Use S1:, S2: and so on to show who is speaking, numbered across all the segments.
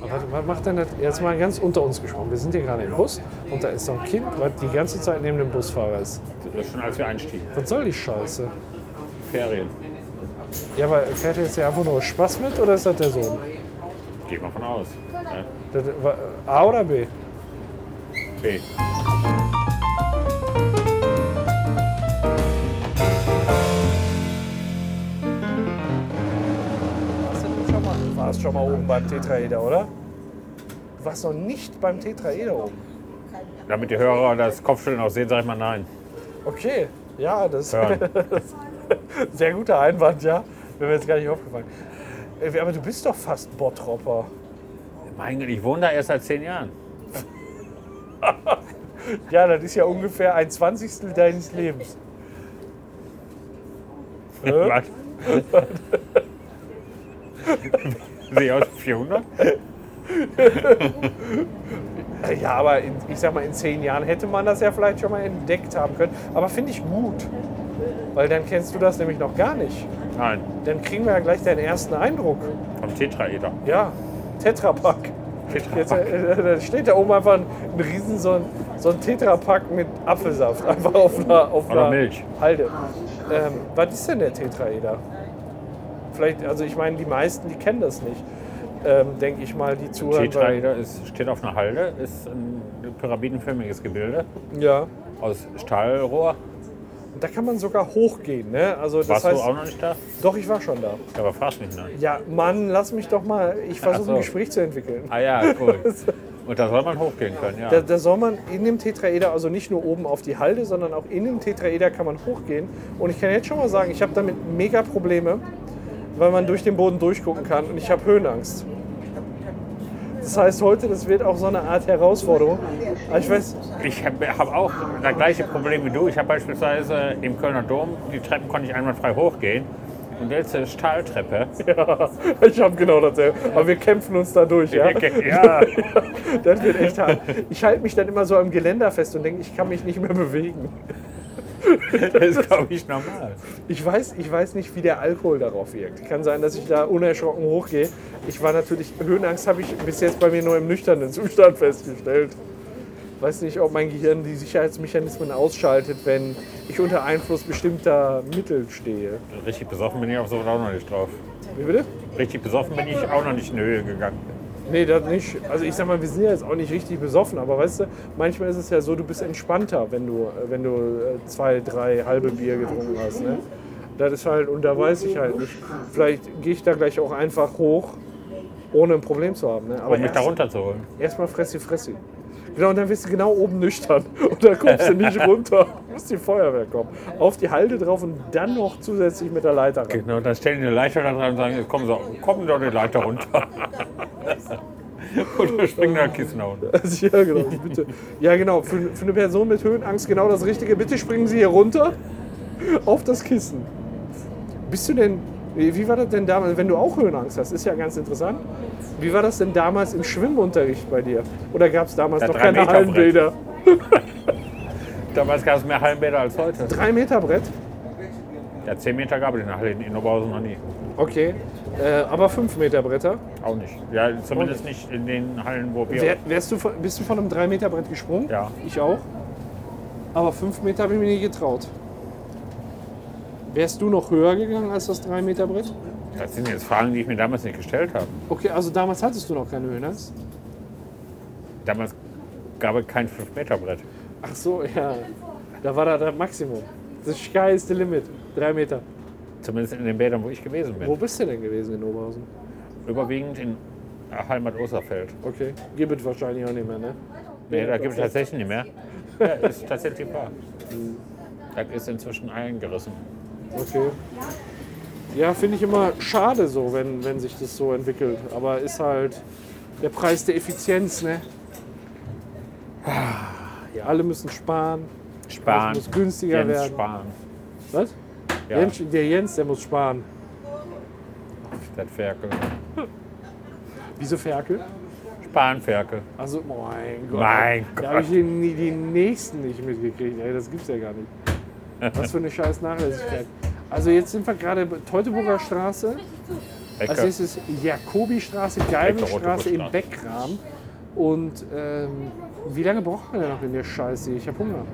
S1: Was, was macht denn das? Jetzt mal ganz unter uns gesprochen. Wir sind hier gerade im Bus und da ist so ein Kind, was die ganze Zeit neben dem Busfahrer ist.
S2: Das schon als wir einstiegen.
S1: Was soll die Scheiße?
S2: Ferien.
S1: Ja, aber fährt er jetzt hier einfach nur Spaß mit oder ist das der Sohn?
S2: Geht man von aus. Ne?
S1: Das, wa- A oder B?
S2: B.
S1: Du warst schon mal oben beim Tetraeder, oder? Du warst noch nicht beim Tetraeder oben.
S2: Damit die Hörer das Kopfschütteln auch sehen, sage ich mal nein.
S1: Okay, ja, das
S2: Hören.
S1: Sehr guter Einwand, ja. Wäre mir jetzt gar nicht aufgefallen. Äh, Aber du bist doch fast Bottropper.
S2: mein Gott, ich wohne da erst seit zehn Jahren.
S1: Ja, das ist ja ungefähr ein Zwanzigstel deines Lebens. Hä?
S2: Was? Sehe ich aus wie 400?
S1: Ja, aber in, ich sag mal, in zehn Jahren hätte man das ja vielleicht schon mal entdeckt haben können. Aber finde ich gut. Weil dann kennst du das nämlich noch gar nicht.
S2: Nein,
S1: Dann kriegen wir ja gleich deinen ersten Eindruck.
S2: vom Tetraeder.
S1: Ja, Tetrapack. Jetzt äh, da steht da oben einfach ein, ein riesen so ein, so ein Tetrapack mit Apfelsaft einfach auf einer, auf
S2: Oder
S1: einer
S2: Milch.
S1: Halde. Ähm, was ist denn der Tetraeder? Vielleicht, also ich meine, die meisten, die kennen das nicht, ähm, denke ich mal, die zuhören. weil-
S2: Tetraeder ist, steht auf einer Halde, ist ein pyramidenförmiges Gebilde
S1: Ja.
S2: aus Stahlrohr.
S1: Und da kann man sogar hochgehen, ne? Also das
S2: Warst
S1: heißt,
S2: du auch noch nicht da?
S1: doch, ich war schon da.
S2: Ja, aber fragst mich ne? nicht.
S1: Ja, Mann, lass mich doch mal, ich versuche
S2: so.
S1: ein Gespräch zu entwickeln.
S2: Ah ja, cool. Und da soll man hochgehen können, ja.
S1: Da, da soll man in dem Tetraeder, also nicht nur oben auf die Halde, sondern auch in dem Tetraeder kann man hochgehen. Und ich kann jetzt schon mal sagen, ich habe damit mega Probleme, weil man durch den Boden durchgucken kann und ich habe Höhenangst. Das heißt, heute, das wird auch so eine Art Herausforderung. Aber ich weiß,
S2: Ich habe hab auch das gleiche Problem wie du. Ich habe beispielsweise im Kölner Dom, die Treppen konnte ich einwandfrei hochgehen. Und jetzt eine Stahltreppe.
S1: ja, ich habe genau dasselbe. Aber wir kämpfen uns da durch, ja?
S2: Ja.
S1: Das wird echt hart. Ich halte mich dann immer so am Geländer fest und denke, ich kann mich nicht mehr bewegen.
S2: das ist, glaube ich, normal.
S1: Ich weiß, ich weiß nicht, wie der Alkohol darauf wirkt. Kann sein, dass ich da unerschrocken hochgehe. Ich war natürlich, Höhenangst habe ich bis jetzt bei mir nur im nüchternen Zustand festgestellt. Weiß nicht, ob mein Gehirn die Sicherheitsmechanismen ausschaltet, wenn ich unter Einfluss bestimmter Mittel stehe.
S2: Richtig besoffen bin ich auf sowas auch noch nicht drauf.
S1: Wie bitte?
S2: Richtig besoffen bin ich auch noch nicht in die Höhe gegangen.
S1: Nee, das nicht. Also ich sag mal, wir sind ja jetzt auch nicht richtig besoffen, aber weißt du, manchmal ist es ja so, du bist entspannter, wenn du, äh, wenn du äh, zwei, drei halbe Bier getrunken hast. Ne? Das ist halt, und da weiß ich halt nicht. Vielleicht gehe ich da gleich auch einfach hoch, ohne ein Problem zu haben. Ne? Aber
S2: Um mich da runterzuholen.
S1: erstmal fressi fressi. Genau, und dann wirst du genau oben nüchtern. Und dann kommst du nicht runter. Muss die Feuerwehr kommen. Auf die Halde drauf und dann noch zusätzlich mit der Leiter ran.
S2: Genau, dann stellen die eine Leiter da dran und sagen, jetzt kommen sie, kommen doch die Leiter runter. und springen da ein Kissen nach unten.
S1: Also, ja, genau, bitte. Ja, genau. Für, für eine Person mit Höhenangst genau das Richtige. Bitte springen Sie hier runter auf das Kissen. Bist du denn, wie war das denn damals, wenn du auch Höhenangst hast, ist ja ganz interessant. Wie war das denn damals im Schwimmunterricht bei dir? Oder gab es damals
S2: Ja,
S1: noch
S2: drei
S1: keine
S2: Meter
S1: Hallenbilder?
S2: Damals gab es mehr Hallenbäder als heute.
S1: Drei Meter Brett?
S2: Ja, 10 Meter gab es in der Halle in Innobrausen noch nie.
S1: Okay. Äh, aber fünf Meter Bretter?
S2: Auch nicht. Ja, zumindest nicht in den Hallen, wo wir.
S1: Wär, wärst du von, bist du von einem drei Meter Brett gesprungen?
S2: Ja.
S1: Ich auch. Aber fünf Meter habe ich mir nie getraut. Wärst du noch höher gegangen als das drei Meter Brett?
S2: Das sind jetzt Fragen, die ich mir damals nicht gestellt habe.
S1: Okay, also damals hattest du noch keine ne? Höhenangst?
S2: Damals gab es kein 5-Meter-Brett.
S1: Ach so, ja. Da war da das Maximum. The sky is the limit. Drei Meter.
S2: Zumindest in den Bädern, wo ich gewesen bin.
S1: Wo bist du denn gewesen in Oberhausen?
S2: Überwiegend in Heimat Osterfeld.
S1: Okay. Gibt es wahrscheinlich auch nicht mehr, ne?
S2: Nee, da gibt es tatsächlich nicht mehr. Ja, ist tatsächlich wahr. Das ist inzwischen eingerissen.
S1: Okay. Ja, finde ich immer schade so, wenn, wenn sich das so entwickelt. Aber ist halt der Preis der Effizienz, ne? Ah, Ja, alle müssen sparen.
S2: Sparen.
S1: Das muss günstiger
S2: Jens
S1: werden.
S2: Spahn.
S1: Was?
S2: Ja,
S1: Jens, der Jens, der muss sparen.
S2: das Ferkel.
S1: Wieso Ferkel?
S2: Spahnferkel.
S1: Also, mein Gott.
S2: Mein
S1: Da habe
S2: Gott.
S1: ich den, die nächsten nicht mitgekriegt. Ey, das gibt's ja gar nicht. Was für eine scheiß Nachlässigkeit. Also jetzt sind wir gerade bei Teutoburger Straße.
S2: Ecke.
S1: Als nächstes Jakobistraße, Galgenstraße
S2: Ecke,
S1: im
S2: Rote
S1: Beckrahm. Und ähm, wie lange braucht man denn noch in der Scheiße? Ich habe Hunger.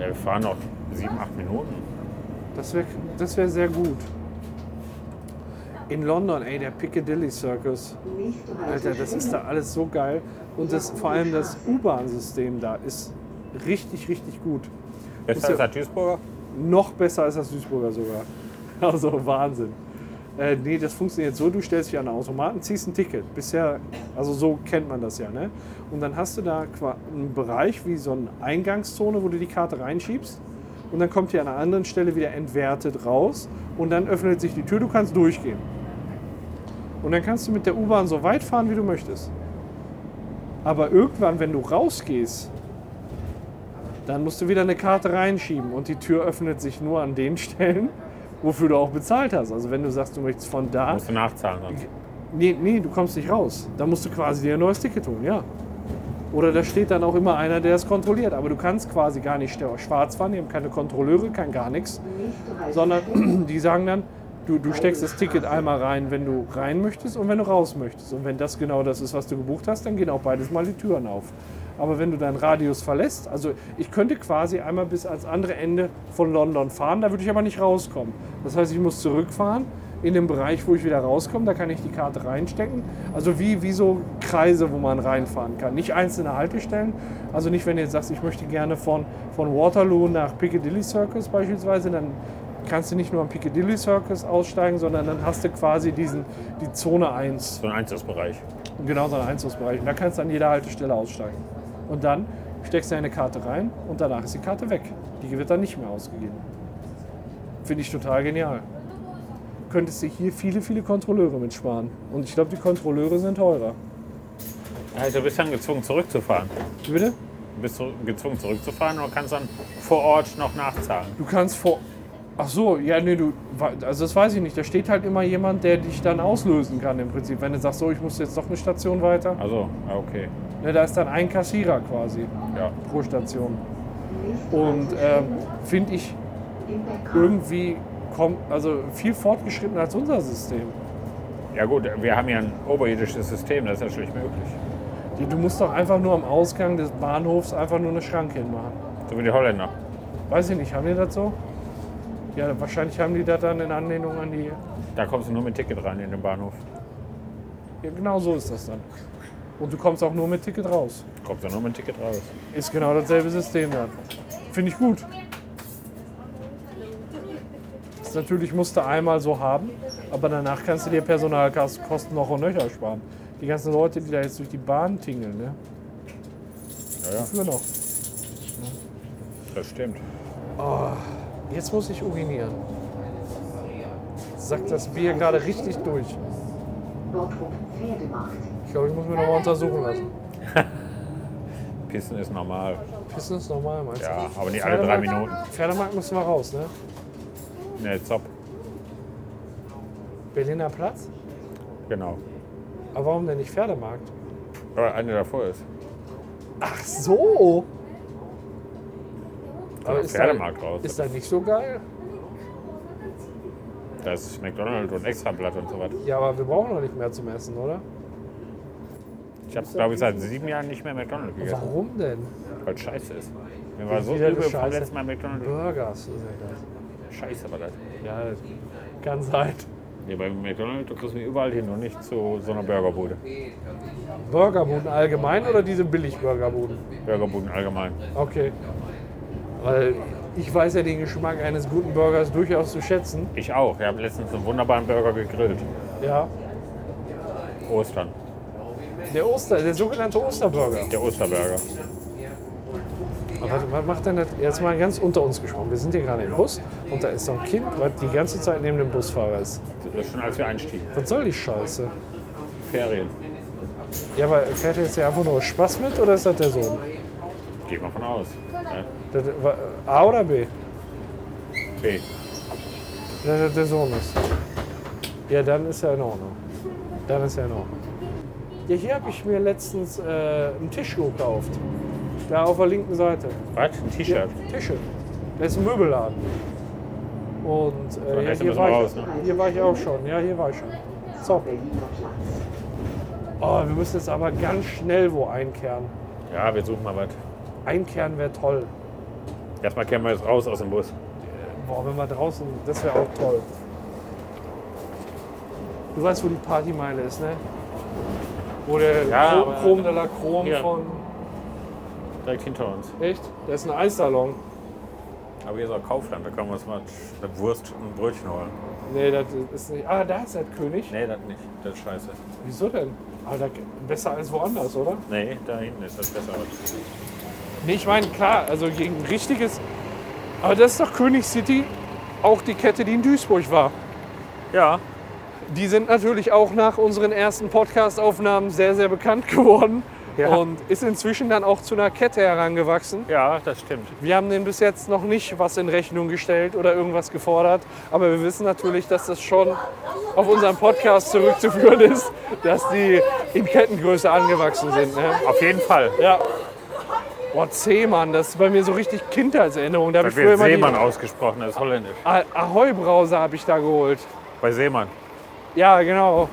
S2: Ja, wir fahren noch sieben, acht Minuten.
S1: Das wäre das wär sehr gut. In London, ey, der Piccadilly Circus. Alter, das ist da alles so geil. Und das, vor allem das U-Bahn-System da ist richtig, richtig gut. ja-
S2: Besser als der Duisburger?
S1: Noch besser als das Duisburger sogar. Also Wahnsinn. Äh, nee, das funktioniert so, du stellst dich an den Automaten, ziehst ein Ticket. Bisher, also so kennt man das ja, ne? Und dann hast du da qua- einen Bereich wie so eine Eingangszone, wo du die Karte reinschiebst. Und dann kommt die an einer anderen Stelle wieder entwertet raus. Und dann öffnet sich die Tür, du kannst durchgehen. Und dann kannst du mit der U-Bahn so weit fahren, wie du möchtest. Aber irgendwann, wenn du rausgehst, dann musst du wieder eine Karte reinschieben und die Tür öffnet sich nur an den Stellen, wofür du auch bezahlt hast. Also wenn du sagst, du möchtest von da,
S2: Musst du nachzahlen sonst.
S1: nee, nee, du kommst nicht raus. Da musst du quasi dir ein neues Ticket tun, ja. Oder da steht dann auch immer einer, der es kontrolliert. Aber du kannst quasi gar nicht schwarz fahren, die haben keine Kontrolleure, kein gar nichts. Sondern die sagen dann, du, du steckst das Ticket einmal rein, wenn du rein möchtest und wenn du raus möchtest. Und wenn das genau das ist, was du gebucht hast, dann gehen auch beides mal die Türen auf. Aber wenn du deinen Radius verlässt, also ich könnte quasi einmal bis ans andere Ende von London fahren, da würde ich aber nicht rauskommen. Das heißt, ich muss zurückfahren in den Bereich, wo ich wieder rauskomme, da kann ich die Karte reinstecken. Also wie, wie so Kreise, wo man reinfahren kann. Nicht einzelne Haltestellen. Also nicht, wenn du jetzt sagst, ich möchte gerne von, von Waterloo nach Piccadilly Circus beispielsweise, dann kannst du nicht nur am Piccadilly Circus aussteigen, sondern dann hast du quasi diesen, die Zone 1
S2: So ein Einzugsbereich.
S1: und genau so ein Einzugsbereich. Und da kannst du an jeder Haltestelle aussteigen. Und dann steckst du deine Karte rein und danach ist die Karte weg. Die wird dann nicht mehr ausgegeben. Finde ich total genial. Könntest du hier viele, viele Kontrolleure mitsparen. Und ich glaube, die Kontrolleure sind teurer.
S2: Also du bist dann gezwungen zurückzufahren.
S1: Bitte?
S2: Du bist so gezwungen zurückzufahren oder kannst dann vor Ort noch nachzahlen.
S1: Du kannst vor. Ach so, ja, nee, du. Also, das weiß ich nicht. Da steht halt immer jemand, der dich dann auslösen kann im Prinzip. Wenn du sagst, so, ich muss jetzt doch eine Station weiter.
S2: Also, ja, okay.
S1: Ne, da ist dann ein Kassierer quasi.
S2: Ja.
S1: pro Station. Und ähm, finde ich irgendwie kommt also viel fortgeschrittener als unser System.
S2: ja gut, wir haben ja ein oberirdisches System, das ist ja schlecht möglich.
S1: Du musst doch einfach nur am Ausgang des Bahnhofs einfach nur eine Schranke hinmachen.
S2: So wie die Holländer.
S1: Weiß ich nicht, haben die das so? Ja, wahrscheinlich haben die das dann in Anlehnung an die.
S2: Da kommst du nur mit Ticket rein in den Bahnhof.
S1: Ja, genau so ist das dann. Und du kommst auch nur mit Ticket raus.
S2: Kommst du nur mit Ticket raus.
S1: Ist genau dasselbe System dann. Finde ich gut. Das natürlich musst du einmal so haben, aber danach kannst du dir Personalkosten noch und nöcher sparen. Die ganzen Leute, die da jetzt durch die Bahn tingeln, ne?
S2: Ja, ja,
S1: Wofür noch?
S2: das stimmt.
S1: Jetzt muss ich urinieren. Sagt das Bier gerade richtig durch.
S3: Bottrop Pferdemarkt.
S1: Ich glaube, ich muss mir nochmal untersuchen lassen.
S2: Pissen ist normal.
S1: Pissen ist normal, meinst du?
S2: Ja, aber nicht alle drei Minuten.
S1: Pferdemarkt müssen wir raus, ne?
S2: Ne, zopp.
S1: Berliner Platz?
S2: Genau.
S1: Aber warum denn nicht Pferdemarkt?
S2: Aber eine davor ist.
S1: Ach so!
S2: Aber
S1: ist da-
S2: Pferdemarkt raus.
S1: Ist das nicht so geil?
S2: Da ist McDonald's und Extrablatt und so was.
S1: Ja, aber wir brauchen noch nicht mehr zum Essen, oder?
S2: Ich habe, glaube ich, seit sieben Jahren nicht mehr McDonald's gegessen,
S1: Warum denn?
S2: weil es scheiße ist. Mir war so
S1: Wieder eine
S2: übel vom
S1: Scheiße.
S2: letzten Mal McDonald's.
S1: Burgers ist ja
S2: Scheiße war das.
S1: geil. Ja, halt. das kann sein.
S2: Ja, bei McDonald's, du kriegst mich überall hin und nicht zu so einer Burgerbude.
S1: Burgerbuden allgemein oder diese Billig-Burgerbuden?
S2: Burgerbuden allgemein.
S1: Okay. Weil ich weiß ja den Geschmack eines guten Burgers durchaus zu schätzen.
S2: Ich auch. Ich habe letztens einen wunderbaren Burger gegrillt.
S1: Ja.
S2: Ostern.
S1: Der Oster, der sogenannte Osterburger.
S2: Der Osterburger.
S1: Aber warte, was macht denn das? Jetzt mal ganz unter uns gesprochen. Wir sind hier gerade im Bus und da ist so ein Kind, was die ganze Zeit neben dem Busfahrer ist.
S2: Das ist schon als wir einstiegen.
S1: Was soll die Scheiße?
S2: Ferien.
S1: Ja, aber fährt er jetzt ja einfach nur aus Spaß mit oder ist das der Sohn?
S2: Geh mal von aus. Ja.
S1: Das, wa- A oder B?
S2: B.
S1: Der, der, der Sohn ist. Ja, dann ist er in Ordnung. Dann ist er in Ordnung. Ja, hier habe ich mir letztens äh, einen Tisch gekauft. Da auf der linken Seite.
S2: Was? Ein
S1: Ja,
S2: T-Shirt.
S1: Tische. Da ist ein Möbelladen. Und
S2: So,
S1: äh, ja,
S2: nächste
S1: hier,
S2: müssen
S1: war
S2: wir
S1: ich,
S2: raus, ne?
S1: hier war ich auch schon. Ja, hier war ich schon. So,
S3: Berliner Platz.
S1: oh, wir müssen jetzt aber ganz schnell wo einkehren.
S2: Ja, wir suchen mal was.
S1: Einkehren wäre toll.
S2: Erstmal kehren wir jetzt raus aus dem Bus.
S1: Boah, wenn wir draußen, das wäre auch toll. Du weißt, wo die Partymeile ist, ne? Wo der
S2: Ja,
S1: Chrom,
S2: aber-
S1: Chrom de la Chrom
S2: Ja.
S1: von.
S2: Direkt hinter uns.
S1: Echt? Da ist ein Eissalon.
S2: Aber hier ist auch Kaufland, da können wir uns mal eine Wurst und ein Brötchen holen.
S1: Nee, das ist nicht. Ah, da ist der König.
S2: Nee, das nicht. Das ist scheiße.
S1: Wieso denn? Aber da, besser als woanders, oder?
S2: Nee, da hinten ist das besser.
S1: Nee, ich meine, klar, also gegen ein richtiges. Aber das ist doch König City, auch die Kette, die in Duisburg war.
S2: Ja.
S1: Die sind natürlich auch nach unseren ersten Podcast-Aufnahmen sehr, sehr bekannt geworden.
S2: Ja.
S1: Und ist inzwischen dann auch zu einer Kette herangewachsen.
S2: Ja, das stimmt.
S1: Wir haben denen bis jetzt noch nicht was in Rechnung gestellt oder irgendwas gefordert. Aber wir wissen natürlich, dass das schon auf unseren Podcast zurückzuführen ist, dass die in Kettengröße angewachsen sind. Ne?
S2: Auf jeden Fall.
S1: Ja. Boah, Seemann, das ist bei mir so richtig Kindheitserinnerung. Da habe
S2: Das
S1: ich früher
S2: wird
S1: immer
S2: Seemann
S1: die
S2: ausgesprochen, das ist holländisch.
S1: Ah- Ahoi-Brause habe ich da geholt.
S2: Bei Seemann.
S1: Ja, genau.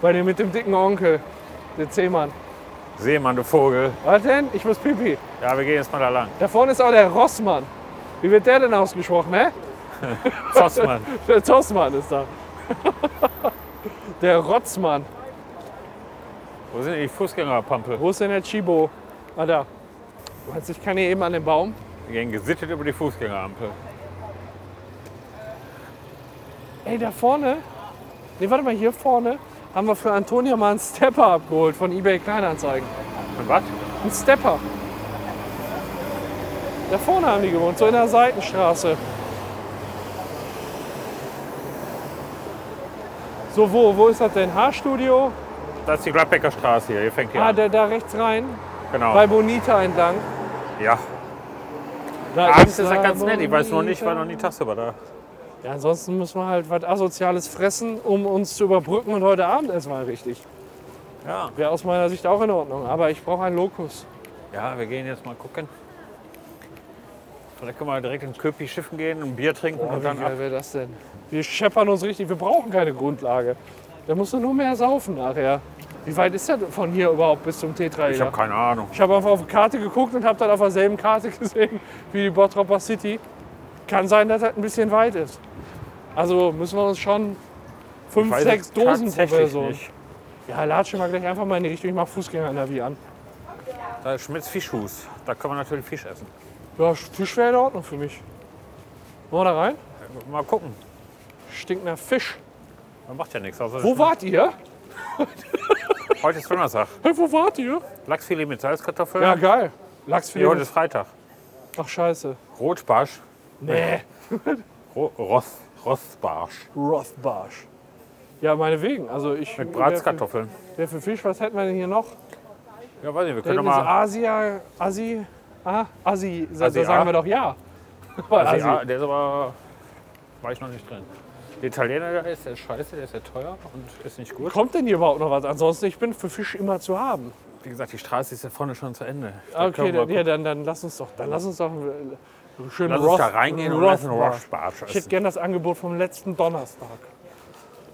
S1: Bei dem mit dem dicken Onkel, der Seemann.
S2: Seemann, du Vogel.
S1: Was denn? Ich muss pipi.
S2: Ja, wir gehen jetzt mal da lang.
S1: Da vorne ist auch der Rossmann. Wie wird der denn ausgesprochen, hä?
S2: Zossmann.
S1: Der Zossmann ist da. der Rotzmann.
S2: Wo sind denn die Fußgängerpampe?
S1: Wo ist denn der Chibo? Ah, da. Meinst du, ich kann hier eben an den Baum?
S2: Wir gehen gesittet über die Fußgängerampel.
S1: Ey, da vorne. Nee, warte mal, hier vorne haben wir für Antonia mal einen Stepper abgeholt von eBay Kleinanzeigen.
S2: Und was?
S1: Ein Stepper. Da vorne haben die gewohnt, so in der Seitenstraße. So, wo, wo ist das denn? Haarstudio?
S2: Das ist die Gladbecker Straße hier. Hier fängt die
S1: Ah,
S2: an.
S1: da, da rechts rein,
S2: Genau.
S1: bei Bonita entlang.
S2: ja.
S1: Da
S2: Abends ist
S1: da
S2: das halt ganz nett. Ich weiß noch nicht,
S1: Bonita.
S2: war noch nie tagsüber da.
S1: Ja, ansonsten müssen wir halt was Asoziales fressen, um uns zu überbrücken und heute Abend erstmal richtig.
S2: Ja.
S1: Wäre aus meiner Sicht auch in Ordnung, aber ich brauche einen Lokus.
S2: ja, wir gehen jetzt mal gucken. Vielleicht können wir direkt ins Köpi schiffen gehen, ein Bier trinken
S1: Oh,
S2: und
S1: wie
S2: dann ab.
S1: geil wäre das denn? Wir scheppern uns richtig, wir brauchen keine Grundlage. Da musst du nur mehr saufen nachher. Wie weit ist das von hier überhaupt bis zum Tetra?
S2: Ich habe keine Ahnung.
S1: ich hab einfach auf die Karte geguckt und habe dann auf derselben Karte gesehen wie die Bottropper City. Kann sein, dass das ein bisschen weit ist. Also müssen wir uns schon
S2: Ich
S1: fünf,
S2: weiß
S1: sechs
S2: es
S1: Dosen pro
S2: tatsächlich
S1: Person.
S2: nicht.
S1: Ja, latsche mal gleich einfach mal in die Richtung, ich mach Fußgänger-NRW an.
S2: Da ist Schmitz Fischhus. Da kann man natürlich Fisch essen.
S1: Ja, Fisch wäre in Ordnung für mich. Wollen wir da rein?
S2: Mal gucken.
S1: Stinkender Fisch.
S2: Man macht ja nichts. Also
S1: Wo wart ihr?
S2: Heute ist Donnerstag.
S1: Hey, wo wart ihr?
S2: Lachsfilet mit Salzkartoffeln.
S1: Ja, geil.
S2: Nee, heute
S1: Lachsfilet.
S2: ist Freitag.
S1: Ach, scheiße.
S2: Rotbarsch.
S1: Nee.
S2: Ro Ross, Rossbarsch.
S1: Rothbarsch. Ja, meinetwegen. Also ich.
S2: Mit Bratkartoffeln.
S1: Wer für, wer für Fisch, was hätten wir denn hier noch?
S2: Ja, weiß nicht, wir
S1: Da
S2: können doch
S1: hinten ist
S2: mal.
S1: Asia. Asi. Ah, Asi. Da,
S2: Asi,
S1: da sagen
S2: ah.
S1: wir doch ja. Weil
S2: Also, ja,
S1: Asi.
S2: der ist aber. War ich noch nicht drin. Der Italiener da ist, der ist scheiße, der ist ja teuer und ist nicht gut.
S1: Kommt denn hier überhaupt noch was? Ansonsten, ich bin für Fisch immer zu haben.
S2: Wie gesagt, die Straße ist ja vorne schon zu Ende. Da
S1: Okay,
S2: können wir
S1: dann,
S2: mal
S1: ja, dann, dann lass uns doch, dann lass uns doch einen äh, schönen
S2: Lass uns da
S1: Roth-
S2: reingehen und lassen
S1: Rothbarsch.
S2: Rossbarsch
S1: Ich hätte
S2: essen.
S1: gern das Angebot vom letzten Donnerstag.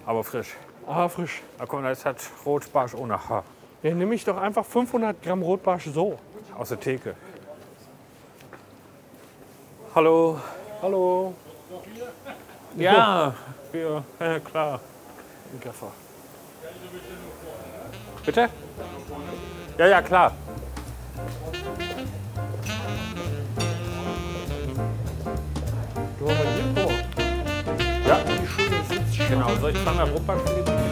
S2: Aber frisch.
S1: Ah, frisch.
S2: Da kommt jetzt halt Rotbarsch ohne Haar.
S1: Ja, nehme ich doch einfach 500 Gramm Rotbarsch so.
S2: Aus der Theke. Hallo.
S1: Hallo.
S2: Ja, wir, ja klar.
S1: Ein Gaffer.
S2: Bitte? Ja, ja, klar.
S1: Du aber hier vor.
S2: halt Ja. Genau, soll ich zweimal Rotbarsch nehmen?